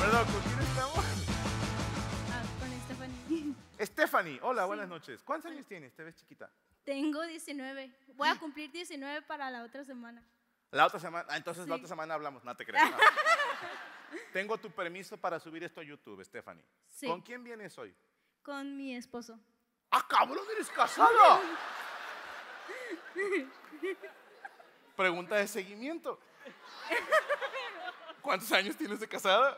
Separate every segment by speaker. Speaker 1: Perdón, ¿con quién estamos?
Speaker 2: Ah,
Speaker 1: Stephanie, hola, buenas noches. ¿Cuántos años tienes? Te ves chiquita.
Speaker 2: Tengo 19. Voy a cumplir 19 para la otra semana.
Speaker 1: La otra semana, ah, entonces la otra semana hablamos, no te creas. no. Tengo tu permiso para subir esto a YouTube, Stephanie.
Speaker 2: Sí.
Speaker 1: ¿Con quién vienes hoy?
Speaker 2: Con mi esposo.
Speaker 1: ¡Ah, cabrón, eres casada! Pregunta de seguimiento. ¿Cuántos años tienes de casada?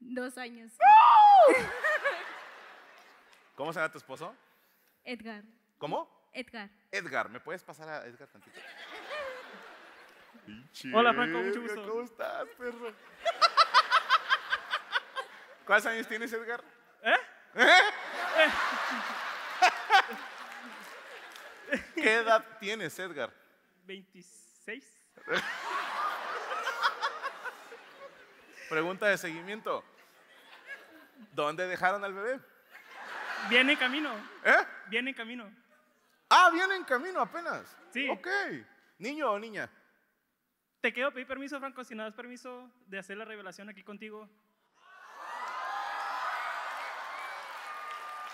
Speaker 2: Dos años.
Speaker 1: ¿Cómo se llama tu esposo?
Speaker 2: Edgar.
Speaker 1: ¿Cómo?
Speaker 2: Edgar.
Speaker 1: Edgar, ¿me puedes pasar a Edgar tantito?
Speaker 3: Hola, Franco, mucho
Speaker 1: Edgar,
Speaker 3: gusto.
Speaker 1: ¿Cómo estás, perro? ¿Cuántos años tienes, Edgar? ¿Eh?
Speaker 3: ¿Eh?
Speaker 1: ¿Qué edad tienes, Edgar?
Speaker 3: 26.
Speaker 1: Pregunta de seguimiento. ¿Dónde dejaron al bebé?
Speaker 3: Viene en camino.
Speaker 1: ¿Eh?
Speaker 3: Viene en camino.
Speaker 1: Ah, viene en camino apenas.
Speaker 3: Sí.
Speaker 1: Ok. ¿Niño o niña?
Speaker 3: Te quiero pedir permiso, Franco, si no das permiso de hacer la revelación aquí contigo.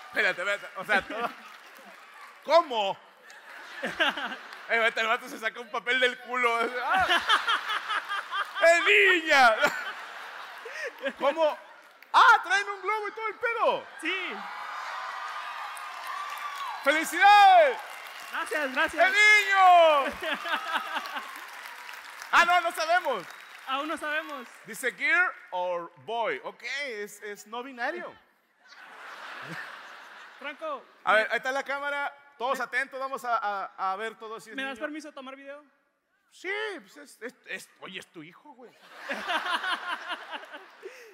Speaker 1: Espérate, espérate. O sea, todo- ¿Cómo? Eh, vete, el vato se saca un papel del culo. ¡Ah! ¡Es niña! ¿Cómo? ¡Ah! Traen un globo y todo el pedo.
Speaker 3: Sí.
Speaker 1: ¡Felicidades!
Speaker 3: Gracias,
Speaker 1: ¡El
Speaker 3: gracias.
Speaker 1: niño! Ah, no, no sabemos.
Speaker 3: Aún no sabemos.
Speaker 1: Dice gear or boy. Ok, es, es no binario.
Speaker 3: Franco,
Speaker 1: A ver, ahí está la cámara. Todos atentos, vamos a, a- a ver todo si es
Speaker 3: ¿me das
Speaker 1: niño.
Speaker 3: permiso de tomar video?
Speaker 1: Sí, pues es, es- es- oye, es tu hijo, güey.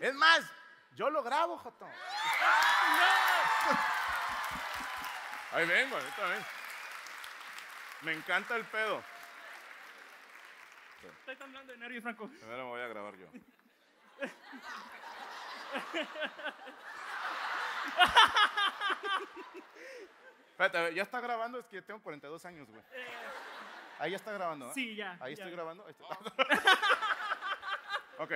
Speaker 1: es más, yo lo grabo, Joto. Ahí vengo, ahí también. Me encanta el pedo.
Speaker 3: Estoy temblando de nervios, Franco.
Speaker 1: Primero me voy a grabar yo. Espérate, a ver, ya está grabando, es que tengo 42 años, güey. Ahí ya está grabando, ¿eh?
Speaker 3: Sí, ya,
Speaker 1: Ahí
Speaker 3: ya. Oh.
Speaker 1: estoy grabando. ahí está. ok.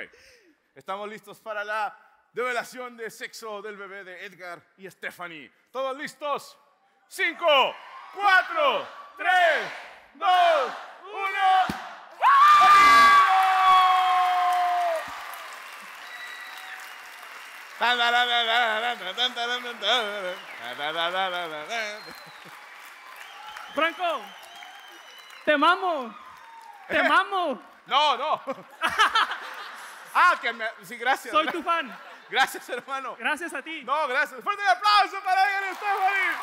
Speaker 1: Estamos listos para la develación de sexo del bebé de Edgar y Stephanie. ¿Todos listos? 5, 4, 3, 2, 1.
Speaker 3: Franco, te mamo. Te mamo.
Speaker 1: No, no. Ah, que me. Sí, gracias.
Speaker 3: Soy tu fan.
Speaker 1: Gracias, hermano.
Speaker 3: Gracias a ti.
Speaker 1: No, gracias. Fuerte el aplauso para Edgar y Stephanie.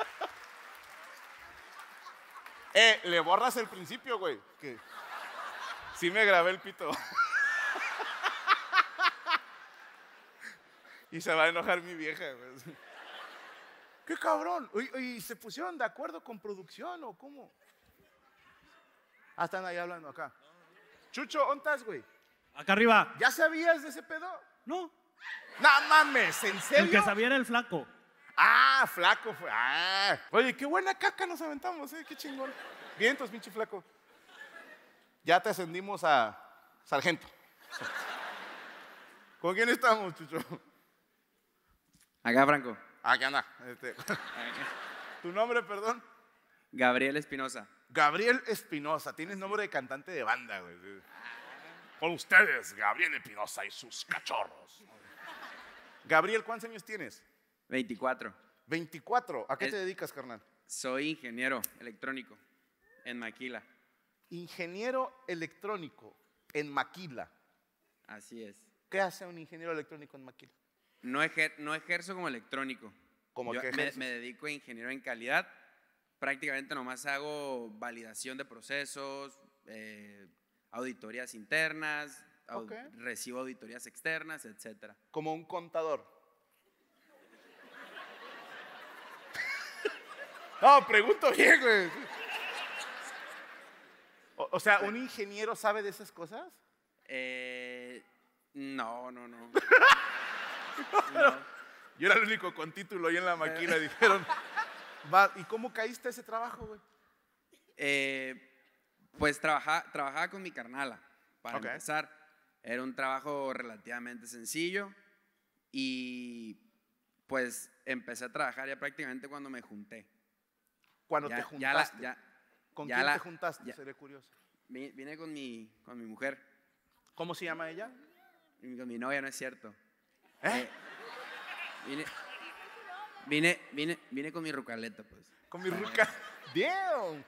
Speaker 1: Eh, le borras el principio, güey. Que sí me grabé el pito. Y se va a enojar mi vieja. güey. ¡Qué cabrón! Oye, oye, ¿Y se pusieron de acuerdo con producción o cómo? Ah, están ahí hablando acá. Chucho, ¿ontas, güey?
Speaker 3: Acá arriba.
Speaker 1: ¿Ya sabías de ese pedo?
Speaker 3: No.
Speaker 1: No mames, ¿en
Speaker 3: El que
Speaker 1: serio?
Speaker 3: sabía era el flaco.
Speaker 1: Ah, flaco fue. Ah. Oye, qué buena caca nos aventamos, ¿eh? Qué chingón. Vientos, pinche flaco. Ya te ascendimos a sargento. ¿Con quién estamos, Chucho?
Speaker 4: Acá, Franco.
Speaker 1: Ah, ¿qué anda? Este, ¿Tu nombre, perdón?
Speaker 4: Gabriel Espinosa.
Speaker 1: Gabriel Espinosa. Tienes nombre de cantante de banda, güey. Con ustedes, Gabriel Espinosa y sus cachorros. Gabriel, ¿cuántos años tienes?
Speaker 4: 24.
Speaker 1: 24. ¿A qué
Speaker 4: Es-
Speaker 1: te dedicas, carnal?
Speaker 4: Soy ingeniero electrónico en Maquila.
Speaker 1: Ingeniero electrónico en Maquila.
Speaker 4: Así es.
Speaker 1: ¿Qué hace un ingeniero electrónico en Maquila?
Speaker 4: No, ejer- no ejerzo como electrónico.
Speaker 1: ¿Cómo
Speaker 4: Yo
Speaker 1: qué
Speaker 4: me,
Speaker 1: ejerces?
Speaker 4: me dedico a ingeniero en calidad. Prácticamente nomás hago validación de procesos, eh, auditorías internas, au-
Speaker 1: Ok.
Speaker 4: recibo auditorías externas, etcétera.
Speaker 1: Como un contador. No, pregunto bien, güey. O, o sea, ¿un ingeniero sabe de esas cosas?
Speaker 4: Eh, no, no, no. No.
Speaker 1: Yo era el único con título ahí en la maquila, dijeron. Eh. Va, ¿Y cómo caíste a ese trabajo, güey?
Speaker 4: Eh, pues trabaja- trabajaba con mi carnala, para
Speaker 1: Ok.
Speaker 4: empezar. Era un trabajo relativamente sencillo y pues empecé a trabajar ya prácticamente cuando me junté.
Speaker 1: Cuando
Speaker 4: Ya-
Speaker 1: te
Speaker 4: ya la-
Speaker 1: juntaste.
Speaker 4: ya-
Speaker 1: ¿Con
Speaker 4: ya
Speaker 1: quién
Speaker 4: la-
Speaker 1: te juntaste?
Speaker 4: ya-
Speaker 1: Seré curioso.
Speaker 4: vi- vine con mi, con mi mujer,
Speaker 1: ¿Cómo se llama ella?
Speaker 4: y con mi novia, no es cierto.
Speaker 1: ¿Eh?
Speaker 4: Eh, vine, vine, vine, vine con mi rucaleta, pues.
Speaker 1: Con mi ruca. Damn.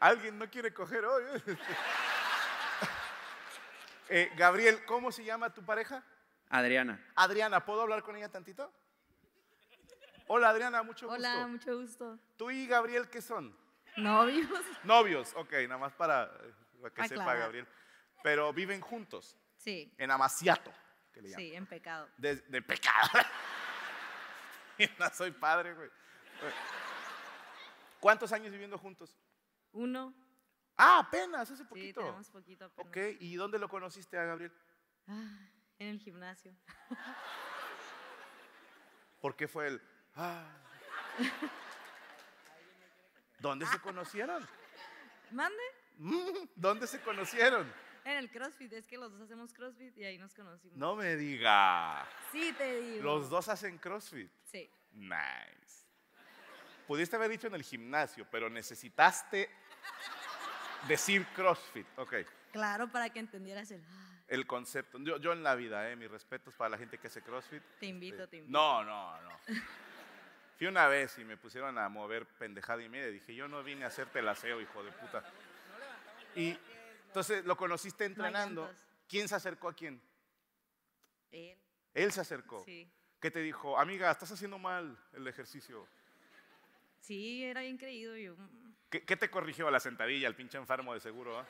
Speaker 1: Alguien no quiere coger hoy. Eh, Gabriel, ¿cómo se llama tu pareja?
Speaker 4: Adriana.
Speaker 1: Adriana, ¿puedo hablar con ella tantito? Hola Adriana, mucho
Speaker 2: Hola,
Speaker 1: gusto.
Speaker 2: mucho gusto.
Speaker 1: ¿Tú y Gabriel qué son?
Speaker 2: ¿Novios?
Speaker 1: Novios, ok, nada más para, eh, para que sepa
Speaker 2: Aclarar.
Speaker 1: Gabriel. Pero viven juntos,
Speaker 2: Sí,
Speaker 1: en Amaciato, que le llaman.
Speaker 2: sí, en pecado.
Speaker 1: De, de pecado. no soy padre, güey. ¿Cuántos años viviendo juntos?
Speaker 2: Uno.
Speaker 1: Ah, apenas, hace
Speaker 2: Sí,
Speaker 1: poquito.
Speaker 2: tenemos poquito. apenas.
Speaker 1: Ok, ¿y dónde lo conociste a Gabriel?
Speaker 2: Ah, en el gimnasio.
Speaker 1: ¿Por qué fue él? Ah. ¿Dónde se conocieron?
Speaker 2: ¿Mande?
Speaker 1: Mm, ¿Dónde se conocieron?
Speaker 2: En el CrossFit, es que los dos hacemos CrossFit y ahí nos conocimos.
Speaker 1: No me diga.
Speaker 2: Sí, te digo.
Speaker 1: Los dos hacen CrossFit.
Speaker 2: Sí.
Speaker 1: Nice. Pudiste haber dicho en el gimnasio, pero necesitaste decir CrossFit. Ok,
Speaker 2: Claro, para que entendieras el. ah,
Speaker 1: el concepto. Yo, yo en la vida, eh, mis respetos para la gente que hace CrossFit.
Speaker 2: Te invito,
Speaker 1: Este,
Speaker 2: te invito.
Speaker 1: No, no, no. Fui una vez y me pusieron a mover pendejada y media. Dije, yo no vine a hacerte el aseo, hijo de puta. Y entonces lo conociste entrenando.
Speaker 2: llantas.
Speaker 1: ¿Quién se acercó a quién?
Speaker 2: Él.
Speaker 1: Él se acercó.
Speaker 2: Sí.
Speaker 1: ¿Qué te dijo? Amiga, estás haciendo mal el ejercicio.
Speaker 2: Sí, era bien creído. Yo, mm,
Speaker 1: ¿Qué, qué te corrigió? La sentadilla, el pinche enfermo de seguro. ¿ah?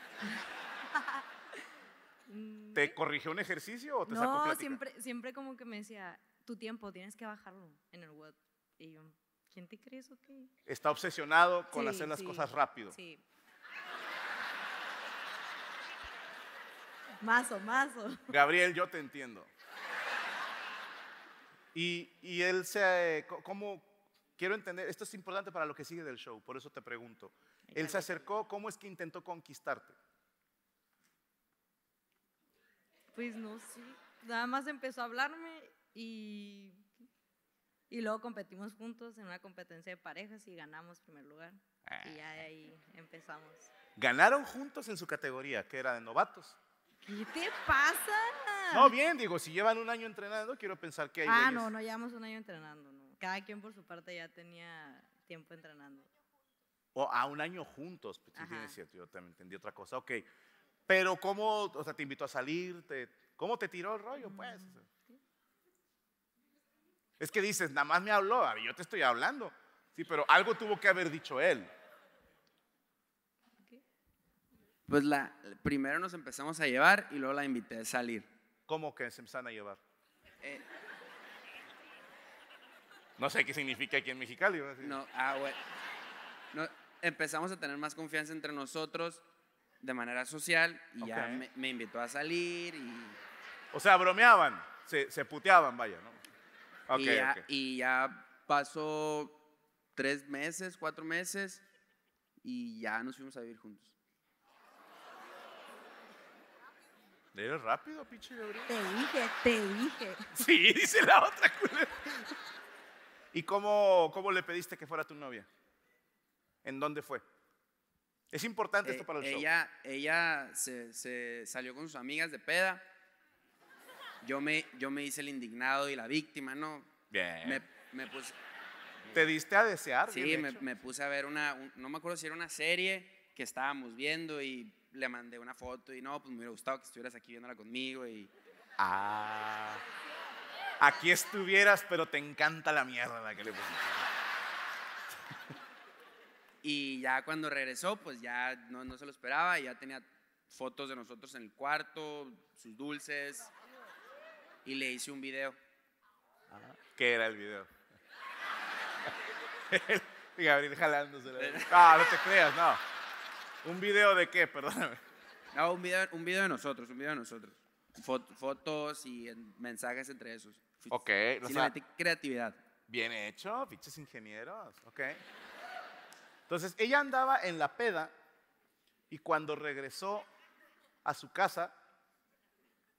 Speaker 2: mm,
Speaker 1: ¿Te corrigió un ejercicio o te sacó
Speaker 2: No,
Speaker 1: plática?
Speaker 2: siempre, siempre como que me decía, tu tiempo, tienes que bajarlo en el web. Y yo, ¿quién te crees o qué?
Speaker 1: Está obsesionado con
Speaker 2: Sí,
Speaker 1: hacer las
Speaker 2: sí,
Speaker 1: cosas rápido.
Speaker 2: Sí. Mazo, mazo.
Speaker 1: Gabriel, yo te entiendo. Y, y él se... eh, co- ¿Cómo? Quiero entender, esto es importante para lo que sigue del show, por eso te pregunto. Él se acercó, ¿cómo es que intentó conquistarte?
Speaker 2: Pues no sé. Nada más empezó a hablarme y. Y luego competimos juntos en una competencia de parejas y ganamos primer lugar. Y ya de ahí empezamos.
Speaker 1: Ganaron juntos en su categoría, que era de novatos.
Speaker 2: ¿Qué te pasa?
Speaker 1: No, bien, digo, si llevan un año entrenando, quiero pensar que hay...
Speaker 2: ah,
Speaker 1: güeyes-
Speaker 2: no, no llevamos un año entrenando, no. Cada quien por su parte ya tenía tiempo entrenando.
Speaker 1: O a un año juntos, pues, sí,
Speaker 2: Ajá.
Speaker 1: tienes cierto, yo también entendí otra cosa, ok. Pero ¿cómo, o sea, te invitó a salir? Te, ¿Cómo te tiró el rollo, pues? O sea, es que dices, nada más me habló, a ver, yo te estoy hablando. Sí, pero algo tuvo que haber dicho él.
Speaker 4: Pues la, primero nos empezamos a llevar y luego la invité a salir.
Speaker 1: ¿Cómo que se empezaron a llevar?
Speaker 4: Eh,
Speaker 1: No sé qué significa aquí en Mexicali. ¿verdad? Sí.
Speaker 4: No, ah, bueno. No, empezamos a tener más confianza entre nosotros de manera social y ya
Speaker 1: Ok.
Speaker 4: me, me invitó a salir y,
Speaker 1: O sea, bromeaban, se, se puteaban, vaya, ¿no? Ok,
Speaker 4: y ya,
Speaker 1: ok.
Speaker 4: y ya pasó tres meses, cuatro meses y ya nos fuimos a vivir juntos.
Speaker 1: ¿Le dieron rápido, pinche Gabriel?
Speaker 2: Te dije, te dije.
Speaker 1: Sí, dice la otra culera. ¿Y cómo, cómo le pediste que fuera tu novia? ¿En dónde fue? Es importante esto
Speaker 4: Eh,
Speaker 1: para el show.
Speaker 4: ella, Ella se, se salió con sus amigas de peda. Yo me, yo me hice el indignado y la víctima, ¿no?
Speaker 1: Bien.
Speaker 4: Me, me puse,
Speaker 1: ¿Te diste a desear?
Speaker 4: sí,
Speaker 1: Bien
Speaker 4: me,
Speaker 1: hecho.
Speaker 4: me puse a ver una, un- no me acuerdo si era una serie que estábamos viendo y le mandé una foto y no, pues me hubiera gustado que estuvieras aquí viéndola conmigo y
Speaker 1: Ah. Aquí estuvieras, pero te encanta la mierda que le pusiste.
Speaker 4: Y ya cuando regresó, pues ya no, no se lo esperaba, ya tenía fotos de nosotros en el cuarto, sus dulces, y le hice un video.
Speaker 1: ¿Qué era el video? y Gabriel jalándose. Ah, no te creas, no. ¿Un video de qué? Perdóname.
Speaker 4: No, un video, un video de nosotros, un video de nosotros. Fot- fotos y en- mensajes entre esos. Fui-
Speaker 1: Ok, o
Speaker 4: Sí, le
Speaker 1: sea-
Speaker 4: metí creatividad.
Speaker 1: Bien hecho, pinches ingenieros. Ok. Entonces, ella andaba en la peda y cuando regresó a su casa,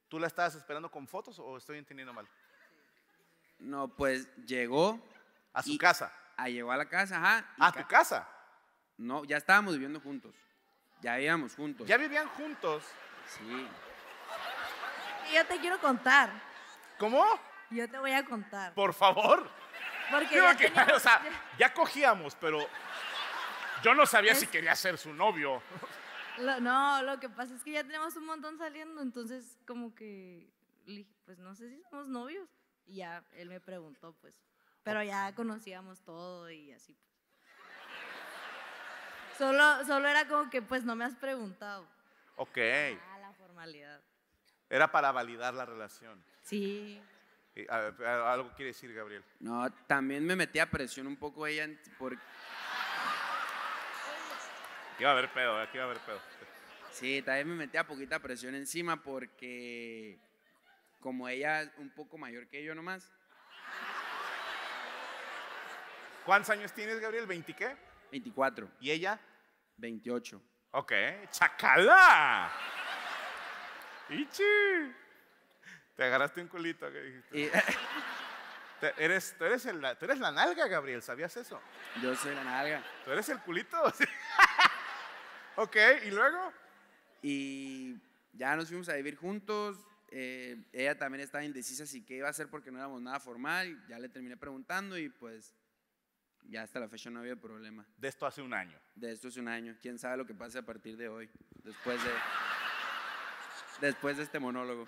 Speaker 1: ¿tú la estabas esperando con fotos o estoy entendiendo mal?
Speaker 4: No, pues llegó.
Speaker 1: A su
Speaker 4: y-
Speaker 1: casa.
Speaker 4: Ah, llegó a la casa, ajá. y
Speaker 1: ¿A
Speaker 4: ca-
Speaker 1: tu casa?
Speaker 4: No, ya estábamos viviendo juntos. Ya vivíamos juntos.
Speaker 1: Ya vivían juntos.
Speaker 4: Sí.
Speaker 2: Y yo te quiero contar.
Speaker 1: ¿Cómo?
Speaker 2: Yo te voy a contar.
Speaker 1: Por favor.
Speaker 2: Porque
Speaker 1: Digo
Speaker 2: ya
Speaker 1: que,
Speaker 2: teníamos-
Speaker 1: o sea, ya cogíamos, pero yo no sabía si
Speaker 2: Es-
Speaker 1: quería ser su novio.
Speaker 2: Lo- no, lo que pasa es que ya tenemos un montón saliendo, entonces como que le dije, pues no sé si somos novios. Y ya él me preguntó, pues. Pero ya conocíamos todo y así. pues. Solo, solo era como que, pues no me has preguntado.
Speaker 1: Ok.
Speaker 2: Ah, la formalidad.
Speaker 1: Era para validar la relación.
Speaker 2: Sí.
Speaker 1: Y, a- a- algo quiere decir, Gabriel.
Speaker 4: No, también me metí a presión un poco ella en- por,
Speaker 1: Aquí va a haber pedo, aquí va a haber pedo.
Speaker 4: Sí, también me metía poquita presión encima porque como ella es un poco mayor que yo nomás,
Speaker 1: ¿Cuántos años tienes, Gabriel? ¿20 qué?
Speaker 4: 24,
Speaker 1: ¿Y ella?
Speaker 4: 28.
Speaker 1: Ok. ¡Chacala! ¡Ichi! Te agarraste un culito. ¿qué dijiste?
Speaker 4: Y-
Speaker 1: Te- eres, tú, eres el- tú eres la nalga, Gabriel. ¿Sabías eso?
Speaker 4: yo soy la nalga.
Speaker 1: ¿Tú eres el culito? ok, ¿y luego?
Speaker 4: Y ya nos fuimos a vivir juntos. eh, ella también estaba indecisa si qué iba a hacer porque no éramos nada formal. Ya le terminé preguntando y pues ya hasta la fecha no había problema.
Speaker 1: De esto hace un año.
Speaker 4: De esto es un año. ¿Quién sabe lo que pase a partir de hoy? Después de, después de este monólogo.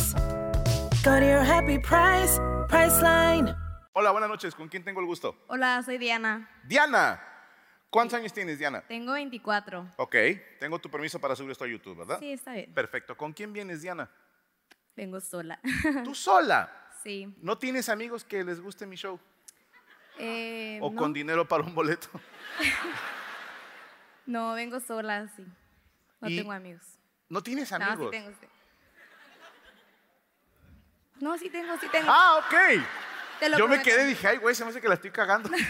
Speaker 5: Go to your happy price, Priceline.
Speaker 1: Hola, buenas noches. ¿Con quién tengo el gusto?
Speaker 2: Hola, soy Diana.
Speaker 1: Diana. ¿Cuántos años tienes, Diana?
Speaker 2: Tengo 24.
Speaker 1: Ok, tengo tu permiso para subir esto a YouTube, ¿verdad?
Speaker 2: Sí, está bien.
Speaker 1: Perfecto. ¿Con quién vienes, Diana?
Speaker 2: Vengo sola.
Speaker 1: Tú sola.
Speaker 2: sí.
Speaker 1: ¿No tienes amigos que les guste mi show?
Speaker 2: Eh,
Speaker 1: ¿O
Speaker 2: no,
Speaker 1: con dinero para un boleto?
Speaker 2: no, vengo sola, sí. No
Speaker 1: Y-
Speaker 2: tengo amigos.
Speaker 1: ¿No tienes amigos?
Speaker 2: No, sí tengo, sí. No, sí tengo, sí tengo.
Speaker 1: Ah, ok.
Speaker 2: Te lo
Speaker 1: Yo me
Speaker 2: prometo.
Speaker 1: quedé y dije, ay, güey, se me hace que la estoy cagando.
Speaker 2: Sí,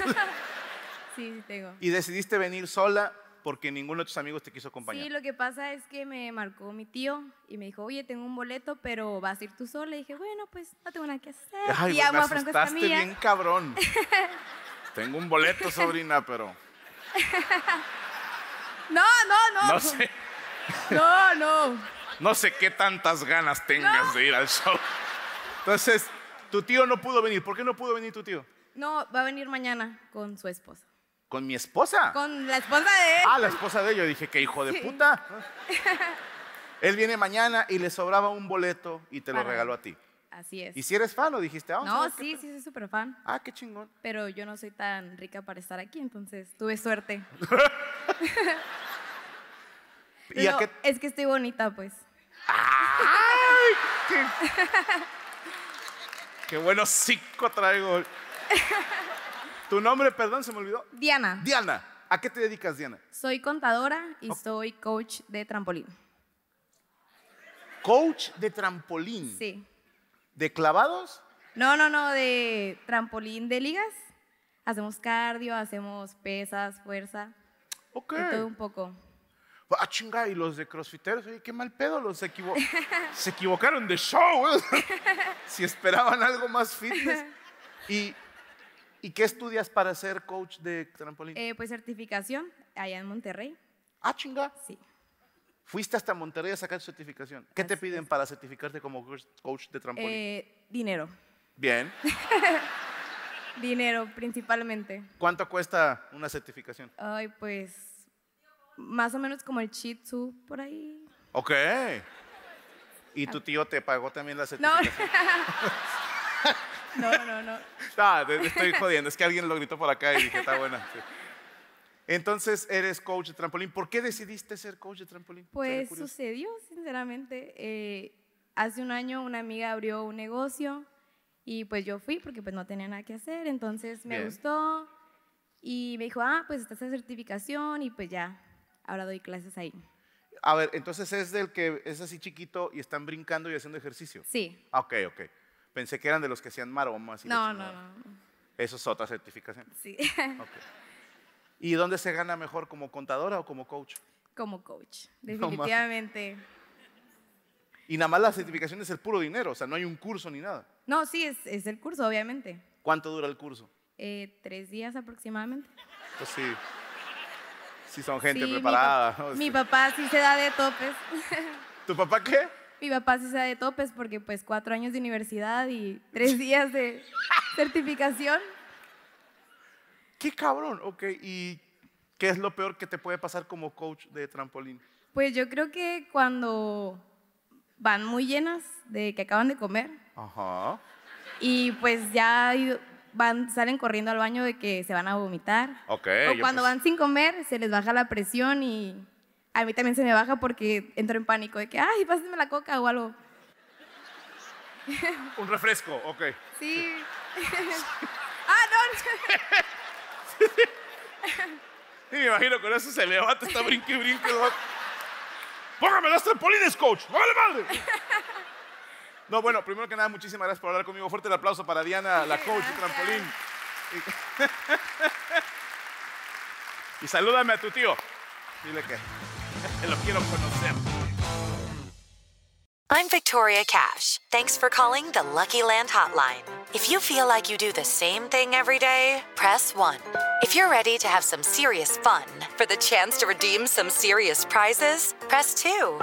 Speaker 2: sí tengo.
Speaker 1: Y decidiste venir sola porque ninguno de tus amigos te quiso acompañar.
Speaker 2: Sí, lo que pasa es que me marcó mi tío y me dijo, oye, tengo un boleto, pero vas a ir tú sola. Y dije, bueno, pues no tengo nada que hacer.
Speaker 1: Ay, güey,
Speaker 2: y
Speaker 1: me
Speaker 2: Agua Franco
Speaker 1: asustaste
Speaker 2: Escamilla.
Speaker 1: bien cabrón. Tengo un boleto, sobrina, pero
Speaker 2: No, no, no.
Speaker 1: no sé,
Speaker 2: No, no.
Speaker 1: no sé qué tantas ganas tengas de ir al show. Entonces, tu tío no pudo venir. ¿Por qué no pudo venir tu tío?
Speaker 2: No, va a venir mañana con su esposa.
Speaker 1: Con mi esposa.
Speaker 2: Con la esposa de él.
Speaker 1: Ah, la esposa de ellos. Dije, qué hijo de
Speaker 2: Sí.
Speaker 1: puta. Él viene mañana y le sobraba un boleto y te lo
Speaker 2: Para-
Speaker 1: regaló a ti.
Speaker 2: Así
Speaker 1: ¿Y
Speaker 2: es.
Speaker 1: si eres fan o dijiste? "Ah, Vamos a
Speaker 2: No,
Speaker 1: ver qué
Speaker 2: sí, sí, soy súper fan.
Speaker 1: Ah, qué chingón.
Speaker 2: Pero yo no soy tan rica para estar aquí, entonces tuve suerte.
Speaker 1: pe- ¿Y a
Speaker 2: Pero eh
Speaker 1: qué-
Speaker 2: Es que estoy bonita, pues.
Speaker 1: ¡Ay! Qué, qué buen hocico traigo. Tu nombre, perdón, se me olvidó.
Speaker 2: Diana,
Speaker 1: Diana. ¿A qué te dedicas, Diana?
Speaker 2: soy contadora y soy coach de trampolín.
Speaker 1: Coach de trampolín.
Speaker 2: Sí.
Speaker 1: ¿De clavados?
Speaker 2: No, no, no, de trampolín de ligas. Hacemos cardio, hacemos pesas, fuerza,
Speaker 1: Ok.
Speaker 2: de todo un poco.
Speaker 1: Ah, chinga, y los de crossfiteros, oye, qué mal pedo, los equivo- se equivocaron de show. güey. si esperaban algo más fitness. ¿Y, ¿Y qué estudias para ser coach de trampolín?
Speaker 2: Eh, pues certificación allá en Monterrey.
Speaker 1: ah, chinga.
Speaker 2: Sí.
Speaker 1: Fuiste hasta Monterrey a sacar tu certificación. ¿Qué te piden para certificarte como coach- coach de trampolín?
Speaker 2: Eh, dinero,
Speaker 1: Bien.
Speaker 2: dinero principalmente.
Speaker 1: ¿Cuánto cuesta una certificación?
Speaker 2: Ay, pues más o menos como el Shih Tzu por ahí.
Speaker 1: Ok. ¿Y tu tío te pagó también la
Speaker 2: Ah. No.
Speaker 1: certificación?
Speaker 2: no, no, no, no.
Speaker 1: Ah, te- te estoy jodiendo. Es que alguien lo gritó por acá y dije, está buena. Sí. Entonces, eres coach de trampolín. ¿Por qué decidiste ser coach de trampolín? Estaría
Speaker 2: Pues
Speaker 1: curioso.
Speaker 2: sucedió, sinceramente. Eh, hace un año una amiga abrió un negocio y pues yo fui porque pues no tenía nada que hacer, entonces me
Speaker 1: Bien.
Speaker 2: gustó y me dijo, ah, pues está esa certificación y pues ya, ahora doy clases ahí.
Speaker 1: A ver, entonces es del que es así chiquito y están brincando y haciendo ejercicio.
Speaker 2: Sí.
Speaker 1: Ah, ok, ok. Pensé que eran de los que hacían maromas. Y la
Speaker 2: No, no,
Speaker 1: chingada.
Speaker 2: no. no.
Speaker 1: Eso es otra certificación.
Speaker 2: Sí,
Speaker 1: Ok. ¿Y dónde se gana mejor, como contadora o como coach?
Speaker 2: como coach,
Speaker 1: No mames.
Speaker 2: definitivamente.
Speaker 1: Y nada más la certificación es el puro dinero, o sea, no hay un curso ni nada.
Speaker 2: No, sí, es, es el curso, obviamente.
Speaker 1: ¿Cuánto dura el curso?
Speaker 2: Eh, tres días aproximadamente.
Speaker 1: Pues sí. Sí son gente
Speaker 2: Sí, mi
Speaker 1: preparada.
Speaker 2: pa-
Speaker 1: ¿no?
Speaker 2: Mi, papá sí se da de topes.
Speaker 1: ¿Tu papá qué?
Speaker 2: mi papá sí se da de topes porque pues cuatro años de universidad y tres días de certificación.
Speaker 1: Qué cabrón. Ok, ¿y qué es lo peor que te puede pasar como coach de trampolín?
Speaker 2: Pues yo creo que cuando van muy llenas de que acaban de comer
Speaker 1: Ajá.
Speaker 2: y pues ya ido- van, salen corriendo al baño de que se van a vomitar.
Speaker 1: Ok.
Speaker 2: o cuando van sin comer se les baja la presión y a mí también se me baja porque entro en pánico de que, ay, pásenme la coca o algo.
Speaker 1: Un refresco, ok.
Speaker 2: Sí. ah, no.
Speaker 1: Y me imagino con eso se levanta, está brinque y brinque. ¿no? Póngame los trampolines, coach. ¡No vale madre! No, bueno, primero que nada, muchísimas gracias por hablar conmigo. Fuerte el aplauso para Diana, la coach de trampolín. Y salúdame a tu tío. Dile que lo quiero conocer.
Speaker 6: I'm Victoria Cash. Thanks for calling the Lucky Land Hotline. If you feel like you do the same thing every day, press 1. If you're ready to have some serious fun for the chance to redeem some serious prizes, press 2.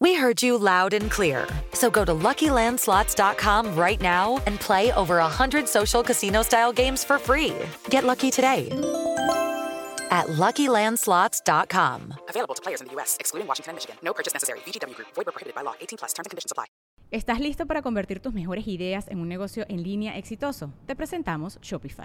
Speaker 6: We heard you loud and clear. So go to LuckyLandSlots.com right now and play over 100 social casino-style games for free. Get lucky today at LuckyLandSlots.com.
Speaker 7: Available to players in the U.S., excluding Washington and Michigan. No purchase necessary. VGW Group. Void where prohibited by law. 18 plus. Terms and conditions apply.
Speaker 8: ¿Estás listo para convertir tus mejores ideas en un negocio en línea exitoso? Te presentamos Shopify.